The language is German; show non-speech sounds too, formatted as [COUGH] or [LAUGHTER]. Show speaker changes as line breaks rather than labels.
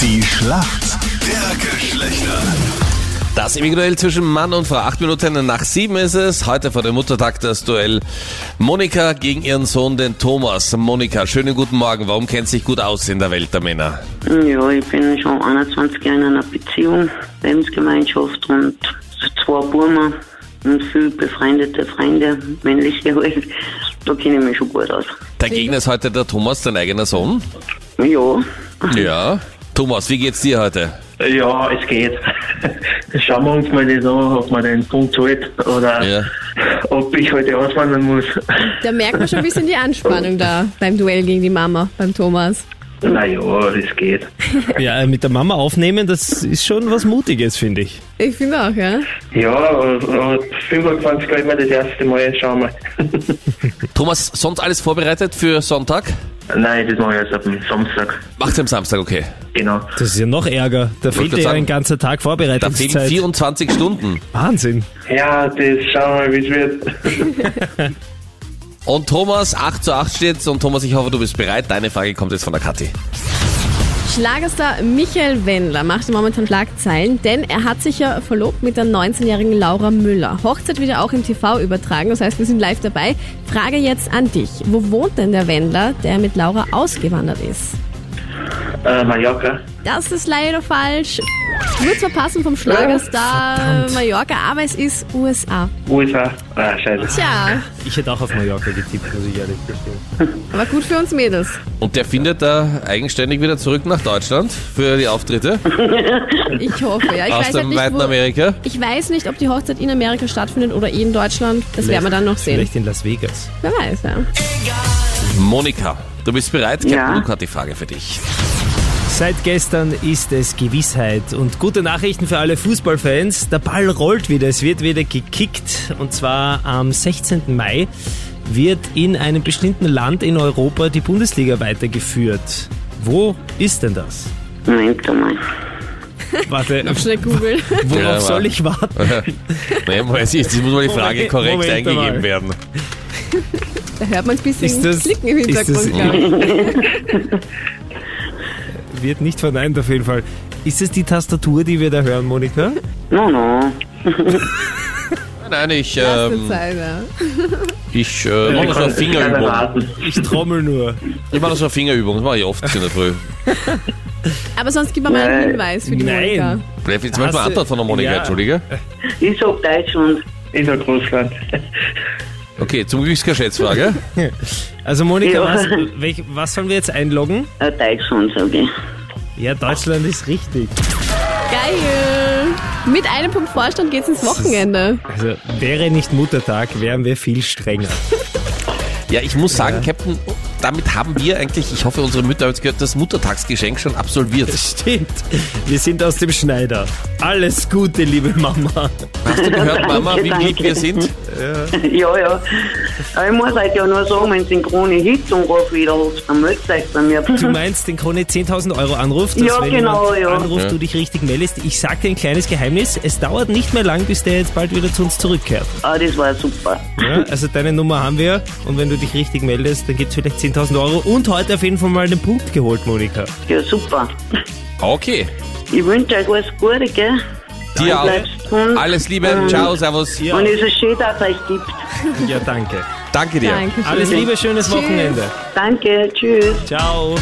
Die Schlacht der Geschlechter.
Das Ewig-Duell zwischen Mann und Frau. Acht Minuten nach sieben ist es. Heute vor dem Muttertag das Duell Monika gegen ihren Sohn, den Thomas. Monika, schönen guten Morgen. Warum kennt sich gut aus in der Welt der Männer?
Ja, ich bin schon 21 Jahre in einer Beziehung, Lebensgemeinschaft und zwei Burma und viele befreundete Freunde, männliche [LAUGHS] halt. Da kenne ich mich schon gut aus.
Dein Gegner ist heute der Thomas, dein eigener Sohn.
Ja,
Ja. Thomas, wie geht's dir heute?
Ja, es geht. [LAUGHS] Schauen wir uns mal das an, ob man den Punkt holt oder
Ja.
ob ich heute auswandern muss. [LAUGHS]
Da merkt man schon ein bisschen die Anspannung da beim Duell gegen die Mama, beim Thomas.
Naja, das geht.
Ja, äh, mit der Mama aufnehmen, das ist schon was Mutiges, finde ich.
Ich finde auch, ja.
Ja, äh, 25 war immer das erste Mal, schauen wir. [LAUGHS]
Thomas, sonst alles vorbereitet für Sonntag?
Nein, das mache ich erst am Samstag.
Macht's am Samstag, okay.
Genau.
Das ist ja noch ärger. Da fehlt
grad
dir ja
sagen,
ein ganzer Tag
Da fehlen
Vorbereitungszeit.
24 Stunden.
Wahnsinn.
Ja, das schauen wir mal, wie es wird.
Und Thomas, 8 zu 8 steht's. Und Thomas, ich hoffe, du bist bereit. Deine Frage kommt jetzt von der Kathi.
Schlagerstar Michael Wendler macht momentan Schlagzeilen, denn er hat sich ja verlobt mit der 19-jährigen Laura Müller. Hochzeit wird ja auch im TV übertragen, das heißt, wir sind live dabei. Frage jetzt an dich. Wo wohnt denn der Wendler, der mit Laura ausgewandert ist?
Äh, Mallorca.
Das ist leider falsch. Nur zwar passend vom Schlagerstar Mallorca, aber es ist USA.
USA. Ah, scheiße.
Tja,
Ich hätte auch auf Mallorca getippt, muss ich ehrlich gestehen.
aber gut für uns Mädels.
Und der findet da eigenständig wieder zurück nach Deutschland für die Auftritte
Ich hoffe, ja. Ich
aus
weiß halt
dem
nicht,
weiten
wo,
Amerika.
Ich weiß nicht, ob die Hochzeit in Amerika stattfindet oder eh in Deutschland. Das werden wir dann noch sehen.
Vielleicht in Las Vegas.
Wer weiß, ja.
Monika, du bist bereit? Captain
Ja.
Luke hat die Frage für dich. [LAUGHS]
Seit gestern ist es Gewissheit. Und gute Nachrichten für alle Fußballfans. Der Ball rollt wieder. Es wird wieder gekickt. Und zwar am 16. Mai wird in einem bestimmten Land in Europa die Bundesliga weitergeführt. Wo ist denn
[LAUGHS]
das?
Moment einmal.
Warte,
Schnell
[LAUGHS]
googeln.
worauf
Ja,
soll ich warten?
nee, weiß ich, jetzt muss mal die Frage
Moment,
korrekt
Moment
eingegeben
einmal.
werden.
Da hört man ein bisschen
Ist das-
Klicken im
ist das-
Hintergrund. glaub ich.
Wird nicht verneint auf jeden Fall. Ist es die Tastatur, die wir da hören, Monika?
No, no.
Nein, ich,
Erste
ähm,
Zeit, ja.
ich äh, mache noch so eine
Keine
Fingerübung.
Raten.
Ich trommel nur.
Ich mache noch so eine Fingerübung, das mache ich oft in der Früh.
Aber sonst gib mir mal einen
Nein.
Hinweis für die
Nein.
Monika.
Bleib jetzt mal
Hast du-
Antwort von der Monika,
Ja.
entschuldige.
Ich sag Deutschland.
Ich sag Russland.
Okay, zum Glück ist keine Schätzfrage.
Also Monika,
Ja.
was, welch, was sollen wir jetzt einloggen?
Äh, Deutschland, sag ich. [LAUGHS]
Ja, Deutschland ist richtig.
Geil. Mit einem Punkt Vorstand geht's ins Wochenende.
Also wäre nicht Muttertag, wären wir viel strenger.
Ja, ich muss sagen, Captain, damit haben wir eigentlich, ich hoffe, unsere Mütter haben jetzt gehört, das Muttertagsgeschenk schon absolviert.
Stimmt. Wir sind aus dem Schneider. Alles Gute, liebe Mama.
Hast du gehört, Mama, wie
Danke.
lieb wir sind?
Ja, ja. Aber ich muss halt ja nur sagen, wenn Synchrone Hits und rufe wieder hoch, dann meldet euch bei
[LAUGHS]
mir.
Du meinst den Krone 10.000 Euro Anruf, dass
Ja,
wenn
genau,
jemand
ja.
anruft, du dich richtig meldest. Ich sag dir ein kleines Geheimnis. Es dauert nicht mehr lang, bis der jetzt bald wieder zu uns zurückkehrt.
Ah, das war super.
Ja, also deine Nummer haben wir und wenn du dich richtig meldest, dann gibt's vielleicht 10.000 Euro und heute auf jeden Fall mal den Punkt geholt, Monika.
Ja, super.
Okay.
Ich wünsche euch alles Gute, gell?
Dir
Bleibst
auch.
gesund.
Alles Liebe,
Ähm,
ciao, servus.
Hm. Ja.
Und es ist schön, dass es euch gibt.
Ja, danke.
Danke dir.
Dankeschön.
Alles Liebe, schönes Wochenende.
Danke, tschüss.
Ciao.